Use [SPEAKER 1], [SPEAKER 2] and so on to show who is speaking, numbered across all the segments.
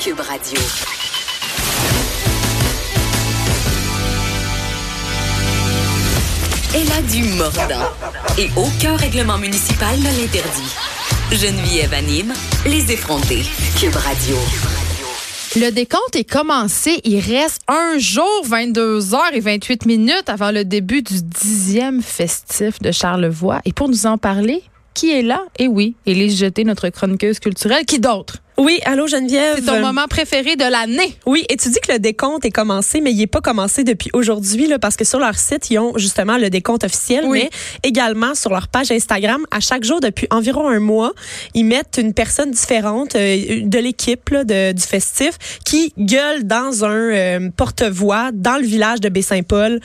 [SPEAKER 1] Cube Radio. Elle a du mordant et aucun règlement municipal ne l'interdit. Geneviève anime les effrontés. Cube Radio.
[SPEAKER 2] Le décompte est commencé. Il reste un jour, 22 heures et 28 minutes avant le début du dixième festif de Charlevoix. Et pour nous en parler, qui est là? Et oui, Élise Jeté, notre chroniqueuse culturelle. Qui d'autre?
[SPEAKER 3] Oui, allô Geneviève.
[SPEAKER 2] C'est ton moment préféré de l'année.
[SPEAKER 3] Oui, et tu dis que le décompte est commencé, mais il n'est pas commencé depuis aujourd'hui, là, parce que sur leur site, ils ont justement le décompte officiel,
[SPEAKER 2] Oui.
[SPEAKER 3] mais également sur leur page Instagram, à chaque jour depuis environ un mois, ils mettent une personne différente euh, de l'équipe là, de- du festif qui gueule dans un euh, porte-voix dans le village de Baie-Saint-Paul.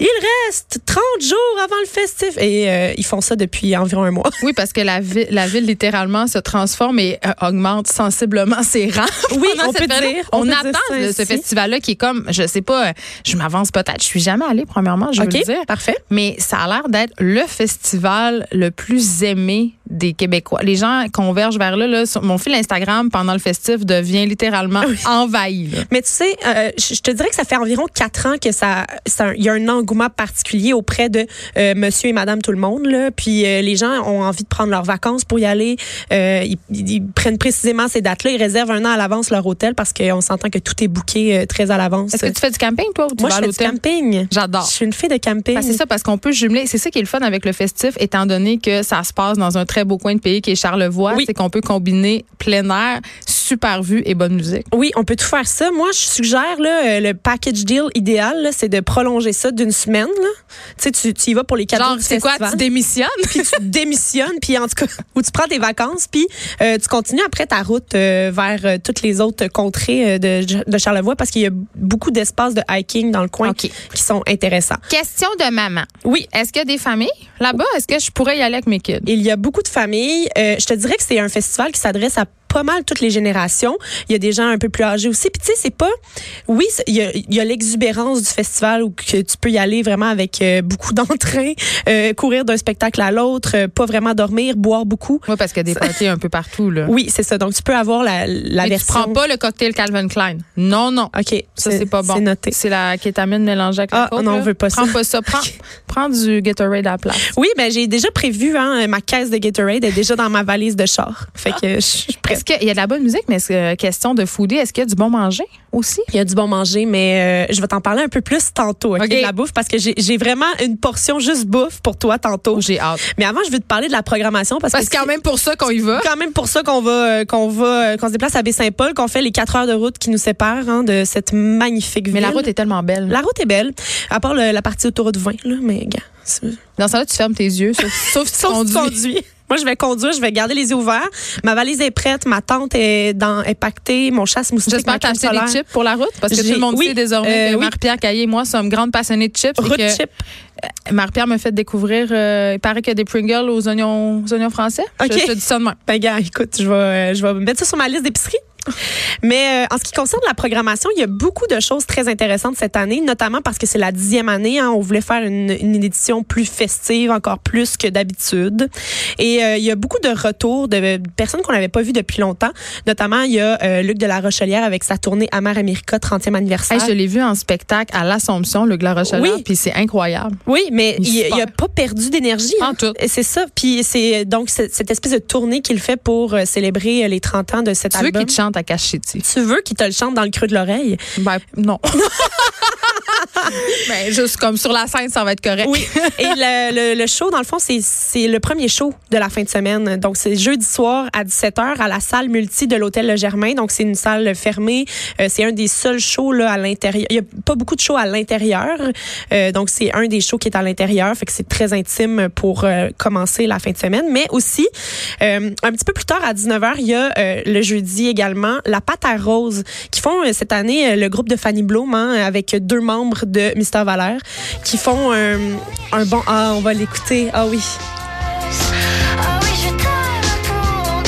[SPEAKER 3] Il reste 30 jours avant le festif. Et euh, ils font ça depuis environ un mois.
[SPEAKER 2] Oui, parce que la, vi- la ville littéralement se transforme et euh, augmente sensiblement ses rangs.
[SPEAKER 3] Oui,
[SPEAKER 2] pendant
[SPEAKER 3] on
[SPEAKER 2] cette
[SPEAKER 3] peut
[SPEAKER 2] période.
[SPEAKER 3] dire-
[SPEAKER 2] On,
[SPEAKER 3] on peut dire
[SPEAKER 2] attend
[SPEAKER 3] ça
[SPEAKER 2] le- ce
[SPEAKER 3] ici.
[SPEAKER 2] festival-là qui est comme, je sais pas, euh, je m'avance peut-être. Je suis jamais allée, premièrement, je veux le
[SPEAKER 3] OK,
[SPEAKER 2] dire.
[SPEAKER 3] parfait.
[SPEAKER 2] Mais ça a l'air d'être le festival le plus aimé des Québécois. Les gens convergent vers là. là sur mon fil Instagram pendant le festif devient littéralement envahi. là.
[SPEAKER 3] Mais tu sais, euh, je je te dirais que ça fait environ quatre ans que ça, ça- il y a un engouement particulier auprès de euh, Monsieur et Madame tout le monde là. Puis euh, les gens ont envie de prendre leurs vacances pour y aller. Euh, ils, ils prennent précisément ces dates-là. Ils réservent un an à l'avance leur hôtel parce qu'on s'entend que tout est booké euh, très à l'avance.
[SPEAKER 2] Est-ce que tu fais du camping, toi, ou tu
[SPEAKER 3] Moi,
[SPEAKER 2] vas
[SPEAKER 3] je
[SPEAKER 2] à
[SPEAKER 3] fais du
[SPEAKER 2] l'hôtel?
[SPEAKER 3] camping.
[SPEAKER 2] J'adore.
[SPEAKER 3] Je suis une fille de camping.
[SPEAKER 2] Ben, c'est ça, parce qu'on peut jumeler. C'est ça qui est le fun avec le festif, étant donné que ça se passe dans un très beau coin de pays qui est Charlevoix.
[SPEAKER 3] Oui.
[SPEAKER 2] C'est qu'on peut combiner plein air, super vue et bonne musique.
[SPEAKER 3] Oui, on peut tout faire ça. Moi, je suggère là, euh, le package deal idéal, là, c'est de prolonger ça d'une semaine. là. Tu sais, tu, tu y vas pour les quatre jours
[SPEAKER 2] Genre,
[SPEAKER 3] du
[SPEAKER 2] c'est quoi?
[SPEAKER 3] festival.
[SPEAKER 2] Tu démissionnes?
[SPEAKER 3] puis tu démissionnes, puis en tout cas, ou tu prends tes vacances, puis euh, tu continues après ta route euh, vers euh, toutes les autres contrées euh, de, de Charlevoix parce qu'il y a beaucoup d'espaces de hiking dans le coin
[SPEAKER 2] OK.
[SPEAKER 3] qui sont intéressants.
[SPEAKER 2] Question de maman.
[SPEAKER 3] Oui.
[SPEAKER 2] Est-ce qu'il y a des familles là-bas? Est-ce que je pourrais y aller avec mes kids?
[SPEAKER 3] Il y a beaucoup de familles. Euh, je te dirais que c'est un festival qui s'adresse à pas mal toutes les générations. Il y a des gens un peu plus âgés aussi. Puis tu sais, c'est pas... Oui, c'est- il y a, il y a l'exubérance du festival où que tu peux y aller vraiment avec euh, beaucoup d'entrain, euh, courir d'un spectacle à l'autre, euh, pas vraiment dormir, boire beaucoup.
[SPEAKER 2] Moi, parce qu'il y a des parties un peu partout, là.
[SPEAKER 3] Oui, c'est ça. Donc, tu peux avoir la, la
[SPEAKER 2] Mais tu
[SPEAKER 3] version.
[SPEAKER 2] prends pas le cocktail Calvin Klein. Non, non.
[SPEAKER 3] OK.
[SPEAKER 2] Ça, c'est pas bon.
[SPEAKER 3] C'est noté.
[SPEAKER 2] C'est la kétamine mélangée avec la
[SPEAKER 3] Ah,
[SPEAKER 2] coke,
[SPEAKER 3] non, on
[SPEAKER 2] là.
[SPEAKER 3] veut pas ça.
[SPEAKER 2] Prends pas ça. Prends, prends du Gatorade à la place.
[SPEAKER 3] Oui, ben j'ai déjà prévu, hein, ma caisse de Gatorade est déjà dans ma valise de char. Fait que je suis prête.
[SPEAKER 2] Est-ce qu'il y a de la bonne musique, mais est-ce que- question de foodie, est-ce qu'il y a du bon manger aussi?
[SPEAKER 3] Il y a du bon manger, mais euh, je vais t'en parler un peu plus tantôt, OK,
[SPEAKER 2] OK.
[SPEAKER 3] de la bouffe, parce que j'ai- j'ai vraiment une portion juste bouffe pour toi tantôt.
[SPEAKER 2] Oh, j'ai hâte.
[SPEAKER 3] Mais avant, je veux te parler de la programmation, parce,
[SPEAKER 2] Parce
[SPEAKER 3] que
[SPEAKER 2] quand même pour ça qu'on y va.
[SPEAKER 3] C'est quand même pour ça qu'on va euh, qu'on va euh, qu'on se déplace à Baie-Saint-Paul, qu'on fait les quatre heures de route qui nous séparent hein, de cette magnifique ville.
[SPEAKER 2] Mais la route est tellement belle.
[SPEAKER 3] la route est belle, à part le- la partie autoroute 20 là, mais gars, c'est-
[SPEAKER 2] Dans ça, là tu fermes tes yeux, sauf, sauf si tu
[SPEAKER 3] Sauf si tu
[SPEAKER 2] conduis.
[SPEAKER 3] conduis. Moi, je vais conduire, je vais garder les yeux ouverts. Ma valise est prête, ma tente est, dans, est pactée, mon chasse moustique,
[SPEAKER 2] J'espère
[SPEAKER 3] ma
[SPEAKER 2] que t'as
[SPEAKER 3] crème
[SPEAKER 2] acheté des
[SPEAKER 3] solaire.
[SPEAKER 2] chips pour la route, parce que tout
[SPEAKER 3] J'ai-
[SPEAKER 2] le monde
[SPEAKER 3] oui,
[SPEAKER 2] sait désormais
[SPEAKER 3] euh,
[SPEAKER 2] que
[SPEAKER 3] oui.
[SPEAKER 2] Marie-Pierre Caillé et moi sommes grandes passionnées de chips. et
[SPEAKER 3] Route
[SPEAKER 2] que
[SPEAKER 3] chip.
[SPEAKER 2] Marie-Pierre me fait découvrir, euh, il paraît qu'il y a des Pringles aux oignons, aux oignons français. Je-
[SPEAKER 3] Ok.
[SPEAKER 2] Je, te dis ça de même.
[SPEAKER 3] Ben, gars, écoute, je vais, euh, je vais mettre ça sur ma liste d'épicerie. Mais euh, en ce qui concerne la programmation, il y a beaucoup de choses très intéressantes cette année, notamment parce que c'est la dixième année. hein. on voulait faire une, une édition plus festive, encore plus que d'habitude. Et euh, il y a beaucoup de retours de personnes qu'on n'avait pas vues depuis longtemps. Notamment, il y a euh, Luc de la Rochelière avec sa tournée Amar America 30e anniversaire.
[SPEAKER 2] Hey, je l'ai vu en spectacle à l'Assomption, le Glarochel,
[SPEAKER 3] Oui.
[SPEAKER 2] puis c'est incroyable.
[SPEAKER 3] Oui, mais
[SPEAKER 2] Il est
[SPEAKER 3] il, il a
[SPEAKER 2] super.
[SPEAKER 3] pas perdu d'énergie.
[SPEAKER 2] En
[SPEAKER 3] hein.
[SPEAKER 2] tout.
[SPEAKER 3] Et C'est ça. Puis c'est donc c'est- cette espèce de tournée qu'il fait pour euh, célébrer euh, les 30 ans de cet
[SPEAKER 2] Tu veux
[SPEAKER 3] album.
[SPEAKER 2] qu'il te chante à Cachiti?
[SPEAKER 3] tu veux qu'il te le chante dans le creux de l'oreille.
[SPEAKER 2] Ben, non. Mais juste comme sur la scène, ça va être correct.
[SPEAKER 3] Oui. Et le, le- le show, dans le fond, c'est- c'est le premier show de la fin de semaine. Donc, c'est jeudi soir à 17h à la salle multi de l'Hôtel Le Germain. Donc, c'est une salle fermée. Euh, c'est un des seuls shows là, à l'intérieur. Il n'y a pas beaucoup de shows à l'intérieur. Euh, donc, c'est un des shows qui est à l'intérieur. Fait que c'est très intime pour euh, commencer la fin de semaine. Mais aussi, euh, un petit peu plus tard, à 19h, il y a euh, le jeudi également la pâte à rose qui font euh, cette année euh, le groupe de Fanny Blum hein, avec deux membres de Mister Valère qui font un, un bon. Ah, on va l'écouter. Ah oui.
[SPEAKER 4] Ah oui, je t'aime pour moi.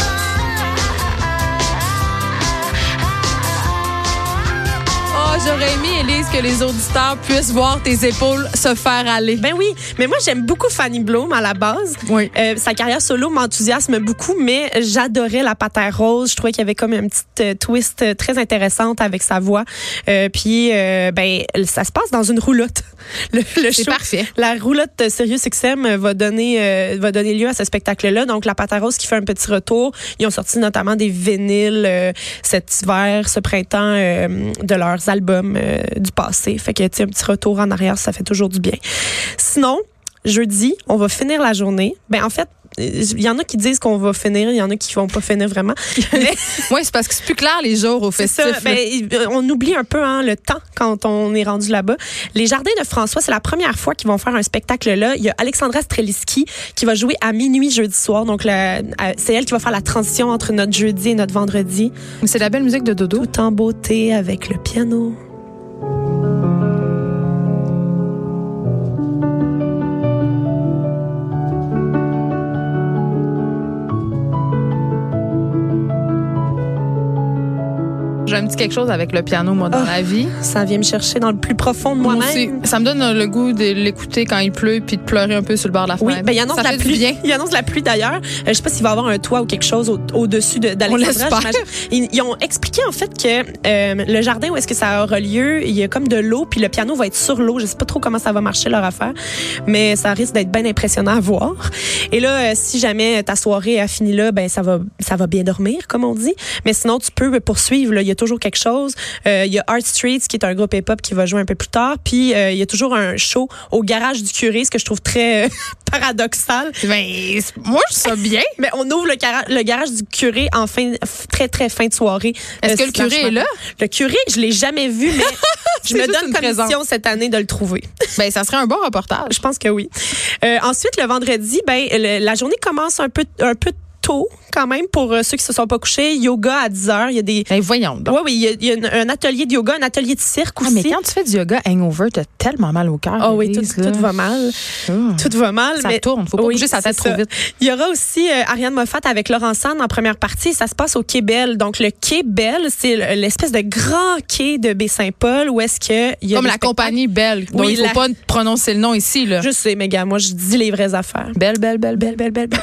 [SPEAKER 2] Oh, j'aurais aimé, Élise, que les auditeurs puissent voir tes épaules se faire aller.
[SPEAKER 3] Ben oui, mais moi j'aime beaucoup Fanny Bloom à la base.
[SPEAKER 2] Oui.
[SPEAKER 3] Euh, sa carrière solo m'enthousiasme beaucoup, mais j'adorais la patère rose. Je trouvais qu'il y avait comme une petite euh, twist euh, très intéressante avec sa voix. Euh, puis euh, ben ça se passe dans une roulotte. Le, le
[SPEAKER 2] C'est
[SPEAKER 3] show-
[SPEAKER 2] parfait.
[SPEAKER 3] La roulotte de Sirius XM euh, va donner euh, va donner lieu à ce spectacle-là. Donc la patère rose qui fait un petit retour. Ils ont sorti notamment des vinyles euh, cet hiver, ce printemps euh, de leurs albums euh, du passé. Fait que tu sais, un petit retour en arrière, ça fait toujours du bien. Sinon, jeudi, on va finir la journée. Ben en fait, il y en a qui disent qu'on va finir, il y en a qui vont pas finir vraiment. Mais
[SPEAKER 2] Oui, c'est parce que c'est plus clair les jours au
[SPEAKER 3] c'est
[SPEAKER 2] festif.
[SPEAKER 3] ça,
[SPEAKER 2] là.
[SPEAKER 3] ben, il- on oublie un peu hein, le temps quand on est rendu là-bas. Les Jardins de François, c'est la première fois qu'ils vont faire un spectacle là. Il y a Alexandra Streliski qui va jouer à minuit jeudi soir. Donc la- à- c'est elle qui va faire la transition entre notre jeudi et notre vendredi.
[SPEAKER 2] Mais c'est de la belle musique de dodo.
[SPEAKER 3] Tout en beauté avec le piano.
[SPEAKER 2] J'ai un petit quelque chose avec le piano, moi, dans
[SPEAKER 3] Ah.
[SPEAKER 2] la vie.
[SPEAKER 3] Ça vient me chercher dans le plus profond de
[SPEAKER 2] Moi aussi,
[SPEAKER 3] moi-même.
[SPEAKER 2] Ça me donne le goût de l'écouter quand il pleut puis de pleurer un peu sur le bord de la
[SPEAKER 3] Oui,
[SPEAKER 2] fenêtre.
[SPEAKER 3] ben, il annonce
[SPEAKER 2] ça
[SPEAKER 3] la
[SPEAKER 2] fait du
[SPEAKER 3] pluie.
[SPEAKER 2] bien.
[SPEAKER 3] Il annonce la pluie d'ailleurs. Euh, je sais pas s'il va y avoir un toit ou quelque chose au- au-dessus de- d'Alexandra.
[SPEAKER 2] l'espère.
[SPEAKER 3] j'imagine. Ils, ils ont expliqué en fait que euh, le jardin où est-ce que ça aura lieu, il y a comme de l'eau, puis le piano va être sur l'eau. Je sais pas trop comment ça va marcher leur affaire, mais ça risque d'être bien impressionnant à voir. Et là, euh, si jamais ta soirée a fini là, ben ça va, ça va bien dormir, comme on dit. Mais sinon, tu peux poursuivre. là. Il y a toujours quelque chose. Euh, il y a Art Streets, qui est un groupe hip-hop qui va jouer un peu plus tard. Puis euh, il y a toujours un show au garage du curé, ce que je trouve très euh, paradoxal.
[SPEAKER 2] Ben, c'est- moi, je sens bien.
[SPEAKER 3] Mais on ouvre le, cara- le garage du curé en fin, f- très, très fin de soirée.
[SPEAKER 2] Est-ce
[SPEAKER 3] Euh,
[SPEAKER 2] que le
[SPEAKER 3] slash
[SPEAKER 2] curé est
[SPEAKER 3] matin.
[SPEAKER 2] là?
[SPEAKER 3] Le curé, je l'ai jamais vu, mais je me
[SPEAKER 2] juste
[SPEAKER 3] donne
[SPEAKER 2] une
[SPEAKER 3] commission
[SPEAKER 2] présence.
[SPEAKER 3] cette année de le trouver.
[SPEAKER 2] Ben, ça serait un bon reportage.
[SPEAKER 3] Je pense que oui. Euh, ensuite, le vendredi, ben, le- la journée commence un peu, un peu tôt quand même pour euh, ceux qui se sont pas couchés. Yoga à 10 heures. Il y a des...
[SPEAKER 2] Ben, voyons donc.
[SPEAKER 3] Oui, oui, il y a, il y a une- un atelier de yoga, un atelier de cirque
[SPEAKER 2] Ah,
[SPEAKER 3] aussi.
[SPEAKER 2] mais quand tu fais du yoga hangover, t'as tellement mal au cœur.
[SPEAKER 3] Ah oui, tout,
[SPEAKER 2] Élise, là.
[SPEAKER 3] tout va mal.
[SPEAKER 2] Ah.
[SPEAKER 3] Tout va mal.
[SPEAKER 2] Ça
[SPEAKER 3] mais-
[SPEAKER 2] tourne, faut pas
[SPEAKER 3] Oui,
[SPEAKER 2] bouger sa tête
[SPEAKER 3] c'est
[SPEAKER 2] trop
[SPEAKER 3] ça.
[SPEAKER 2] vite.
[SPEAKER 3] Il y aura aussi euh, Ariane Moffat avec Laurent Sand en première partie. Ça se passe au Quai Belle. Donc, le Quai Belle, c'est l- l'espèce de grand quai de Baie-Saint-Paul où est-ce que il y a
[SPEAKER 2] Comme
[SPEAKER 3] des
[SPEAKER 2] la
[SPEAKER 3] spectacles.
[SPEAKER 2] compagnie Belle, dont
[SPEAKER 3] Oui,
[SPEAKER 2] il faut
[SPEAKER 3] la-
[SPEAKER 2] pas prononcer le nom ici. Là.
[SPEAKER 3] Je sais, mais gars, moi, je dis les vraies affaires.
[SPEAKER 2] Belle, belle, belle, belle.
[SPEAKER 3] Belle, belle, belle, belle.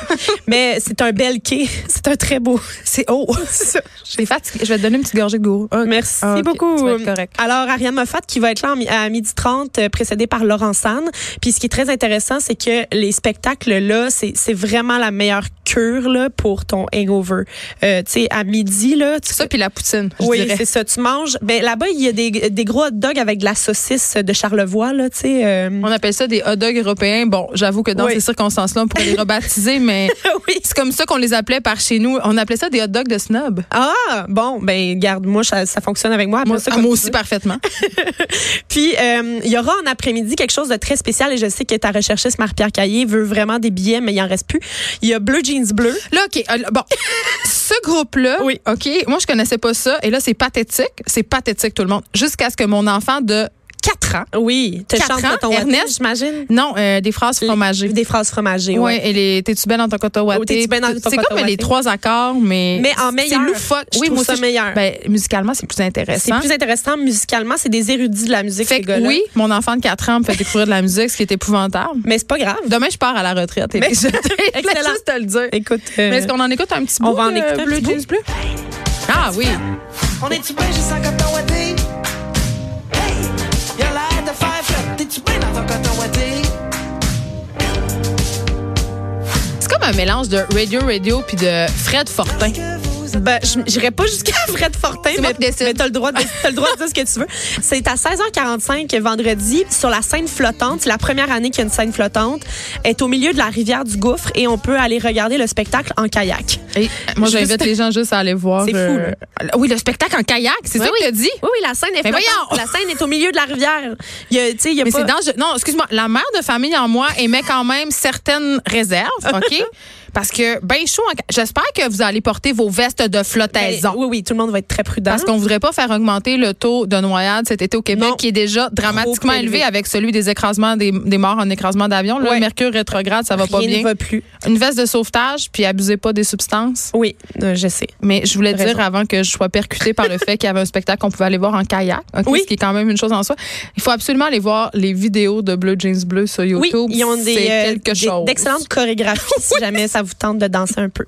[SPEAKER 3] mais c'est un bel quai. C'est un très beau. C'est haut. C'est ça.
[SPEAKER 2] Je vais, fatiguer. je vais te donner une petite gorgée de gourou. Ah,
[SPEAKER 3] Merci
[SPEAKER 2] ah, ok.
[SPEAKER 3] beaucoup.
[SPEAKER 2] Tu vas être correct.
[SPEAKER 3] Alors, Ariane Moffat qui va être là en mi- à 12h30, euh, précédée par Laurent San. Puis ce qui est très intéressant, c'est que les spectacles, là, c'est c'est vraiment la meilleure cure là, pour ton hangover. Euh, tu sais, à midi, là, tu
[SPEAKER 2] Ça, puis la poutine, je
[SPEAKER 3] oui,
[SPEAKER 2] dirais.
[SPEAKER 3] c'est ça. Tu manges. Ben, là-bas, il y a des, des gros hot dogs avec de la saucisse de Charlevoix, là, tu sais. euh,
[SPEAKER 2] On appelle ça des hot dogs européens. Bon, j'avoue que dans
[SPEAKER 3] Oui.
[SPEAKER 2] ces circonstances-là, on pourrait les rebaptiser, mais
[SPEAKER 3] oui.
[SPEAKER 2] c'est comme ça qu'on les appelait par chez nous. On appelait ça des hot dogs de snob.
[SPEAKER 3] Ah, bon, ben, garde, moi, ça, ça fonctionne avec moi. Appelle
[SPEAKER 2] Moi,
[SPEAKER 3] ça
[SPEAKER 2] ah,
[SPEAKER 3] comme
[SPEAKER 2] moi
[SPEAKER 3] tu
[SPEAKER 2] aussi,
[SPEAKER 3] veux.
[SPEAKER 2] parfaitement.
[SPEAKER 3] Puis, euh, il y aura en après-midi quelque chose de très spécial et je sais que ta recherchiste Marie-Pierre Caillé veut vraiment des billets, mais il en reste plus. Il y a Bleu Jeans Bleu.
[SPEAKER 2] Là, OK. euh, Bon, ce groupe-là,
[SPEAKER 3] Oui.
[SPEAKER 2] OK, moi, je connaissais pas ça. Et là, c'est pathétique. C'est pathétique, tout le monde. Jusqu'à ce que mon enfant de 4 ans,
[SPEAKER 3] Oui, te
[SPEAKER 2] Quatre
[SPEAKER 3] chante
[SPEAKER 2] ans,
[SPEAKER 3] de ton
[SPEAKER 2] Ernest.
[SPEAKER 3] Ernest, j'imagine.
[SPEAKER 2] non, euh, des phrases fromagées.
[SPEAKER 3] Des phrases
[SPEAKER 2] Oui,
[SPEAKER 3] fromagées, ouais.
[SPEAKER 2] et les T'es-tu belle en ton cotowaté?
[SPEAKER 3] Oh, T'es-tu belle en ton
[SPEAKER 2] C'est comme
[SPEAKER 3] cotowaté?
[SPEAKER 2] les trois accords, mais.
[SPEAKER 3] Mais en meilleur.
[SPEAKER 2] C'est loufoque.
[SPEAKER 3] Je
[SPEAKER 2] oui,
[SPEAKER 3] trouve
[SPEAKER 2] moi
[SPEAKER 3] ça
[SPEAKER 2] aussi, je-
[SPEAKER 3] meilleur.
[SPEAKER 2] Ben, musicalement, c'est plus
[SPEAKER 3] Euh, C'est
[SPEAKER 2] intéressant.
[SPEAKER 3] plus intéressant musicalement, c'est des érudits de la musique,
[SPEAKER 2] fait
[SPEAKER 3] ces
[SPEAKER 2] que
[SPEAKER 3] gars-là.
[SPEAKER 2] oui, mon enfant de 4 ans me fait découvrir de la musique, ce qui est épouvantable.
[SPEAKER 3] Mais c'est pas grave.
[SPEAKER 2] Demain, je pars à la retraite. Et
[SPEAKER 3] Mais-
[SPEAKER 2] je je voulais
[SPEAKER 3] Excellent.
[SPEAKER 2] juste te le dire.
[SPEAKER 3] Écoute, euh,
[SPEAKER 2] Mais est-ce qu'on en écoute un petit bout?
[SPEAKER 3] on va en
[SPEAKER 2] de
[SPEAKER 3] écouter un
[SPEAKER 2] Bleu
[SPEAKER 3] petit
[SPEAKER 2] Jeans
[SPEAKER 3] bout.
[SPEAKER 2] Bleu? Ah oui.
[SPEAKER 5] On est-tu bien juste en coton ouaté? Hey! Y'a l'air de faire flop. T'es-tu bien dans ton coton ouaté?
[SPEAKER 2] C'est comme un mélange de Radio Radio puis de Fred Fortin.
[SPEAKER 5] Que vous êtes-
[SPEAKER 3] Ben, je- j'irai pas jusqu'à Fred Fortin,
[SPEAKER 2] C'est moi
[SPEAKER 3] mais,
[SPEAKER 2] qui décide.
[SPEAKER 3] mais t'as le droit de, t'as le droit de dire ce que tu veux. C'est à 16h45 vendredi sur la scène flottante. C'est la première année qu'il y a une scène flottante. Elle est au milieu de la rivière du Gouffre et on peut aller regarder le spectacle en kayak.
[SPEAKER 2] Et moi,
[SPEAKER 3] Juste-
[SPEAKER 2] j'invite les gens juste à aller voir.
[SPEAKER 3] C'est fou,
[SPEAKER 2] euh, Oui, le spectacle en kayak, c'est ça
[SPEAKER 3] oui.
[SPEAKER 2] que t'as dit?
[SPEAKER 3] Oui, oui, la scène est
[SPEAKER 2] Mais
[SPEAKER 3] flottante.
[SPEAKER 2] voyons!
[SPEAKER 3] La scène est au milieu de la rivière. Il y a, tu sais, il y a
[SPEAKER 2] Mais
[SPEAKER 3] pas-
[SPEAKER 2] c'est dangereux. Non, excuse-moi. La mère de famille en moi émet quand même certaines réserves, OK? Parce que, ben chaud, en- j'espère que vous allez porter vos vestes de flottaison.
[SPEAKER 3] Ben, oui, oui, tout le monde va être très prudent.
[SPEAKER 2] Parce qu'on voudrait pas faire augmenter le taux de noyade cet été au Québec,
[SPEAKER 3] Non.
[SPEAKER 2] qui est déjà dramatiquement
[SPEAKER 3] Trop
[SPEAKER 2] élevé
[SPEAKER 3] élevé.
[SPEAKER 2] avec celui des écrasements des, des morts en écrasement d'avion. Là,
[SPEAKER 3] Ouais.
[SPEAKER 2] mercure rétrograde, ça va pas
[SPEAKER 3] Rien
[SPEAKER 2] bien.
[SPEAKER 3] ne va plus.
[SPEAKER 2] Une veste de sauvetage, puis abusez pas des substances.
[SPEAKER 3] Oui, euh, je sais.
[SPEAKER 2] Mais je voulais
[SPEAKER 3] Raison.
[SPEAKER 2] dire avant que je sois percutée par le fait qu'il y avait un spectacle qu'on pouvait aller voir en kayak, ok,
[SPEAKER 3] Oui.
[SPEAKER 2] ce qui est quand même une chose en soi. Il faut absolument aller voir les vidéos de Bleu James Bleu sur
[SPEAKER 3] Oui,
[SPEAKER 2] YouTube.
[SPEAKER 3] ils ont des
[SPEAKER 2] C'est
[SPEAKER 3] euh,
[SPEAKER 2] quelque
[SPEAKER 3] des-
[SPEAKER 2] chose.
[SPEAKER 3] d'excellentes chorégraphies si jamais ça vous tente de danser un peu.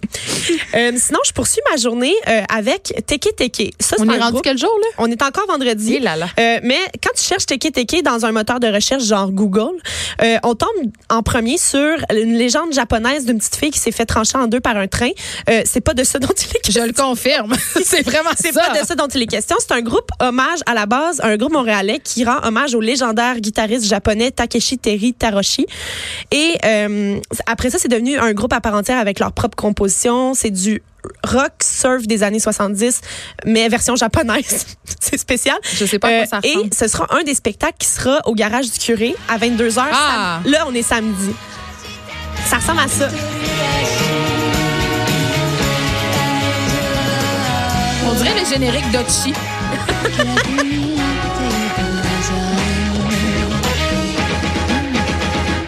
[SPEAKER 3] Euh, sinon, je poursuis ma journée euh, avec Teke Teke. Ça, c'est
[SPEAKER 2] On
[SPEAKER 3] un
[SPEAKER 2] est rendu
[SPEAKER 3] groupe-
[SPEAKER 2] quel jour là
[SPEAKER 3] On est encore vendredi.
[SPEAKER 2] Eh là là.
[SPEAKER 3] Euh, mais quand tu cherches Teke Teke dans un moteur de recherche genre Google, euh, on tombe en premier sur une légende japonaise d'une petite fille qui s'est fait trancher en deux par un train. Euh, c'est pas de ça dont il est
[SPEAKER 2] Je le confirme. c'est vraiment
[SPEAKER 3] c'est
[SPEAKER 2] ça.
[SPEAKER 3] pas de ça dont il est question. C'est un groupe hommage à la base, un groupe montréalais qui rend hommage au légendaire guitariste japonais Takeshi Terry Taroshi. Et euh, après ça, c'est devenu un groupe à part entière avec leur propre composition. C'est du rock surf des années 70, mais version japonaise. c'est spécial. Euh,
[SPEAKER 2] Je sais pas à quoi ça
[SPEAKER 3] et
[SPEAKER 2] ressemble.
[SPEAKER 3] ce sera un des spectacles qui sera au garage du curé à 22h.
[SPEAKER 2] Ah!
[SPEAKER 3] Là, on est samedi. Ça ressemble à ça.
[SPEAKER 2] On dirait le générique d'Ochi.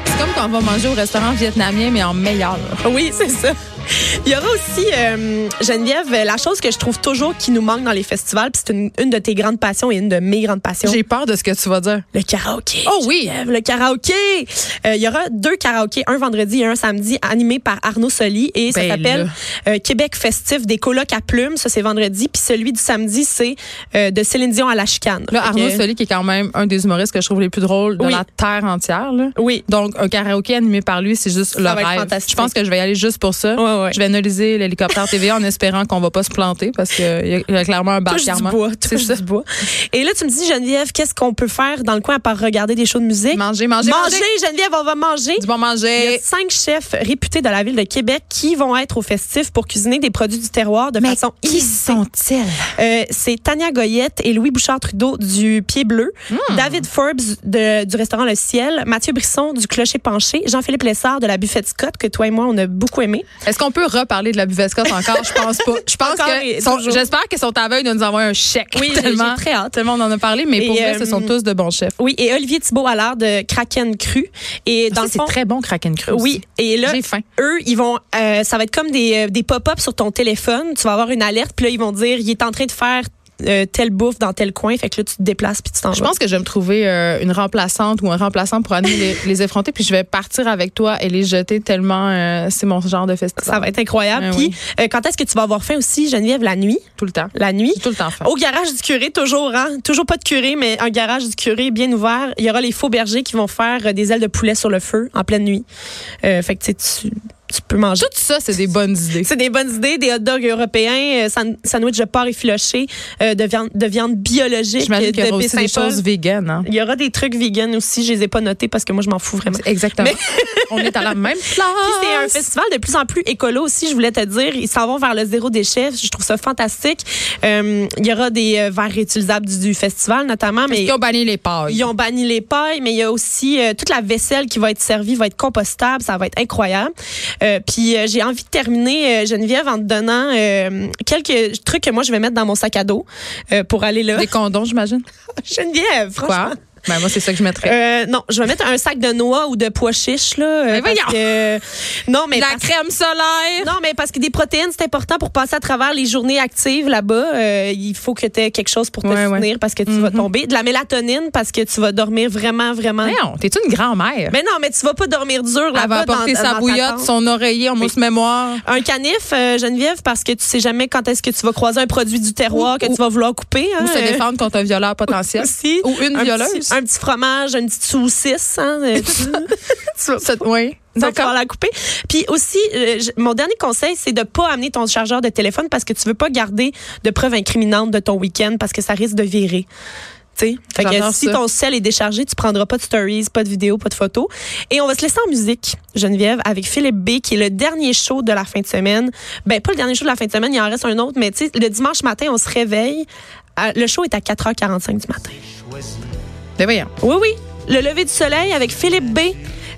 [SPEAKER 2] C'est comme quand on va manger au restaurant vietnamien, mais en meilleur.
[SPEAKER 3] Oui, c'est ça. Il y aura aussi, euh, Geneviève, la chose que je trouve toujours qui nous manque dans les festivals, puis c'est une, une de tes grandes passions et une de mes grandes passions,
[SPEAKER 2] J'ai peur de ce que tu vas dire.
[SPEAKER 3] le karaoké.
[SPEAKER 2] Oh oui!
[SPEAKER 3] Geneviève, le karaoké! Euh, il y aura deux karaokés, un vendredi et un samedi, animés par Arnaud Soli et ça
[SPEAKER 2] Ben
[SPEAKER 3] s'appelle euh, Québec festif des colocs à plumes. Ça, c'est vendredi. Puis celui du samedi, c'est euh, de Céline Dion à la chicane.
[SPEAKER 2] Là,
[SPEAKER 3] Fait que-
[SPEAKER 2] Arnaud Soli, qui est quand même un des humoristes que je trouve les plus drôles de
[SPEAKER 3] Oui.
[SPEAKER 2] la terre entière. là.
[SPEAKER 3] Oui.
[SPEAKER 2] Donc, un karaoké animé par lui, c'est juste le
[SPEAKER 3] va être
[SPEAKER 2] rêve.
[SPEAKER 3] fantastique.
[SPEAKER 2] Je pense que je vais y aller juste pour ça.
[SPEAKER 3] Ouais, ouais.
[SPEAKER 2] Je vais analyser l'hélicoptère TV en espérant qu'on va pas se planter parce qu'il y, a- il y a Bah, clairement un
[SPEAKER 3] Touche du
[SPEAKER 2] barcarement.
[SPEAKER 3] bois,
[SPEAKER 2] C'est
[SPEAKER 3] touche
[SPEAKER 2] ça.
[SPEAKER 3] du bois. Et là, tu me dis, Geneviève, qu'est-ce qu'on peut faire dans le coin à part regarder des shows de musique?
[SPEAKER 2] Manger, manger,
[SPEAKER 3] Manger, Geneviève, on va manger.
[SPEAKER 2] Du bon
[SPEAKER 3] Il y a
[SPEAKER 2] manger.
[SPEAKER 3] cinq chefs réputés de la ville de Québec qui vont être au festif pour cuisiner des produits du terroir de façon
[SPEAKER 2] qui
[SPEAKER 3] ici.
[SPEAKER 2] sont-ils?
[SPEAKER 3] c'est Tania Goyette et Louis Bouchard Trudeau du Pied Bleu,
[SPEAKER 2] Hmm.
[SPEAKER 3] David Forbes de- du restaurant Le Ciel, Mathieu Brisson du Clocher Penché, Jean-Philippe Lessard de la Buffette Scott que toi et moi on a beaucoup aimé.
[SPEAKER 2] Est-ce qu'on peut reparler de la buvette Scott encore? Je pense pas. Je pense
[SPEAKER 3] Encore
[SPEAKER 2] que.
[SPEAKER 3] et
[SPEAKER 2] sont-
[SPEAKER 3] toujours.
[SPEAKER 2] J'espère qu'ils sont à veille de nous envoyer un chèque.
[SPEAKER 3] Oui, j'ai-
[SPEAKER 2] tellement,
[SPEAKER 3] j'ai très hâte.
[SPEAKER 2] Tellement on en a parlé, mais
[SPEAKER 3] Et,
[SPEAKER 2] pour vrai,
[SPEAKER 3] euh,
[SPEAKER 2] ce sont tous de bons chefs.
[SPEAKER 3] Oui, et Olivier Thibault Allard de Kraken Cru. Et dans
[SPEAKER 2] Ça,
[SPEAKER 3] le
[SPEAKER 2] c'est
[SPEAKER 3] fond,
[SPEAKER 2] très bon, Kraken Cru.
[SPEAKER 3] Oui, et là,
[SPEAKER 2] J'ai faim.
[SPEAKER 3] eux, ils vont, euh, ça va être comme des, euh, des pop-up sur ton téléphone. Tu vas avoir une alerte, puis là, ils vont dire, il est en train de faire euh, telle bouffe dans tel coin. Fait que là, tu te déplaces, puis tu t'en vas.
[SPEAKER 2] Je pense que je vais me trouver euh, une remplaçante ou un remplaçant pour aller les, les effronter, puis je vais partir avec toi et les jeter tellement euh, c'est mon genre de festival.
[SPEAKER 3] ça va être incroyable.
[SPEAKER 2] Ah
[SPEAKER 3] Puis,
[SPEAKER 2] oui.
[SPEAKER 3] euh, quand est-ce que tu vas avoir faim aussi, Geneviève, la nuit?
[SPEAKER 2] tout le temps.
[SPEAKER 3] La nuit?
[SPEAKER 2] J'ai tout le temps faim.
[SPEAKER 3] Au garage du curé, toujours, hein? Toujours pas de curé, mais un garage du curé bien ouvert. Il y aura les faux bergers qui vont faire euh, des ailes de poulet sur le feu en pleine nuit. Euh, fait que tu, sais, tu tu peux manger.
[SPEAKER 2] Tout ça, c'est des bonnes idées.
[SPEAKER 3] C'est des bonnes idées, des hot dogs européens, euh, san- sandwich de porc effiloché, euh, de viande, de viande biologique,
[SPEAKER 2] J'imagine qu'il y
[SPEAKER 3] de
[SPEAKER 2] aura aussi des
[SPEAKER 3] Baie-Saint-Paul.
[SPEAKER 2] choses véganes. Hein?
[SPEAKER 3] Il y aura des trucs vegan aussi, je les ai pas notés parce que moi je m'en fous vraiment.
[SPEAKER 2] Exactement. on est à la même
[SPEAKER 3] Puis c'est un
[SPEAKER 2] place.
[SPEAKER 3] festival de plus en plus écolo aussi, je voulais te dire. Ils s'en vont vers le zéro déchet. Je trouve ça fantastique. Euh, il y aura des euh, verres réutilisables du, du festival notamment, mais
[SPEAKER 2] Ils ont banni les pailles.
[SPEAKER 3] ils ont banni les pailles, mais il y a aussi euh, toute la vaisselle qui va être servie, va être compostable, ça va être incroyable. Euh, puis euh, j'ai envie de terminer, euh, Geneviève, en te donnant euh, quelques trucs que moi je vais mettre dans mon sac à dos euh, pour aller là.
[SPEAKER 2] Des condoms, j'imagine.
[SPEAKER 3] Geneviève, franchement.
[SPEAKER 2] Quoi? Ben, moi, c'est ça que je mettrais.
[SPEAKER 3] Euh, non, je vais mettre un sac de noix ou de pois chiches là. euh,
[SPEAKER 2] Mais
[SPEAKER 3] parce
[SPEAKER 2] voyons!
[SPEAKER 3] que- non, mais
[SPEAKER 2] la
[SPEAKER 3] parce-
[SPEAKER 2] crème solaire.
[SPEAKER 3] non, mais parce que des protéines, c'est important pour passer à travers les journées actives là-bas. Euh, il faut que tu aies quelque chose pour te
[SPEAKER 2] Ouais, Mm-hmm. ouais.
[SPEAKER 3] soutenir parce que tu vas tomber. De la mélatonine parce que tu vas dormir vraiment, vraiment
[SPEAKER 2] Non, t'es une grand-mère.
[SPEAKER 3] Mais non, mais tu vas pas dormir dur
[SPEAKER 2] Elle va
[SPEAKER 3] là-bas.
[SPEAKER 2] apporter
[SPEAKER 3] dans-
[SPEAKER 2] sa
[SPEAKER 3] dans ta
[SPEAKER 2] bouillotte,
[SPEAKER 3] tente.
[SPEAKER 2] son oreiller en mousse mémoire.
[SPEAKER 3] Un canif, euh, Geneviève, parce que tu sais jamais quand est-ce que tu vas croiser un produit du terroir que tu vas vouloir couper. hein.
[SPEAKER 2] Ou se défendre contre un violeur potentiel.
[SPEAKER 3] Aussi.
[SPEAKER 2] Ou une
[SPEAKER 3] Un
[SPEAKER 2] violeuse.
[SPEAKER 3] petit- un petit fromage, une petite saucisse. Hein, euh, tu-
[SPEAKER 2] C'est- Oui.
[SPEAKER 3] Tu vas pouvoir
[SPEAKER 2] D'accord.
[SPEAKER 3] la couper. Puis aussi, euh, je- mon dernier conseil, c'est de pas amener ton chargeur de téléphone parce que tu veux pas garder de preuves incriminantes de ton week-end parce que ça risque de virer. Tu sais? Fait
[SPEAKER 2] J'adore
[SPEAKER 3] que si
[SPEAKER 2] ça.
[SPEAKER 3] ton sel est déchargé, tu prendras pas de stories, pas de vidéos, pas de photos. Et on va se laisser en musique, Geneviève, avec Philippe B, qui est le dernier show de la fin de semaine. Ben, pas le dernier show de la fin de semaine, il en reste un autre, mais tu sais, le dimanche matin, on se réveille. À- Le show est à 4h45 du matin.
[SPEAKER 2] Ben voyons.
[SPEAKER 3] Oui, oui. Le lever du soleil avec Philippe B.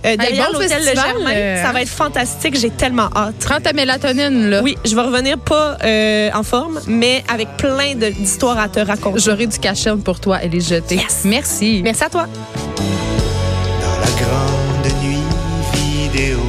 [SPEAKER 3] euh, derrière
[SPEAKER 2] bon
[SPEAKER 3] l'hôtel Le
[SPEAKER 2] festival,
[SPEAKER 3] Germain.
[SPEAKER 2] euh.
[SPEAKER 3] Ça va être fantastique. J'ai tellement hâte.
[SPEAKER 2] Prends ta mélatonine, là.
[SPEAKER 3] Oui, je vais revenir pas euh, en forme, mais avec plein de- d'histoires à te raconter.
[SPEAKER 2] J'aurai du cachet pour toi et les jeter.
[SPEAKER 3] Yes.
[SPEAKER 2] Merci.
[SPEAKER 3] Merci à toi.
[SPEAKER 6] dans la grande nuit vidéo.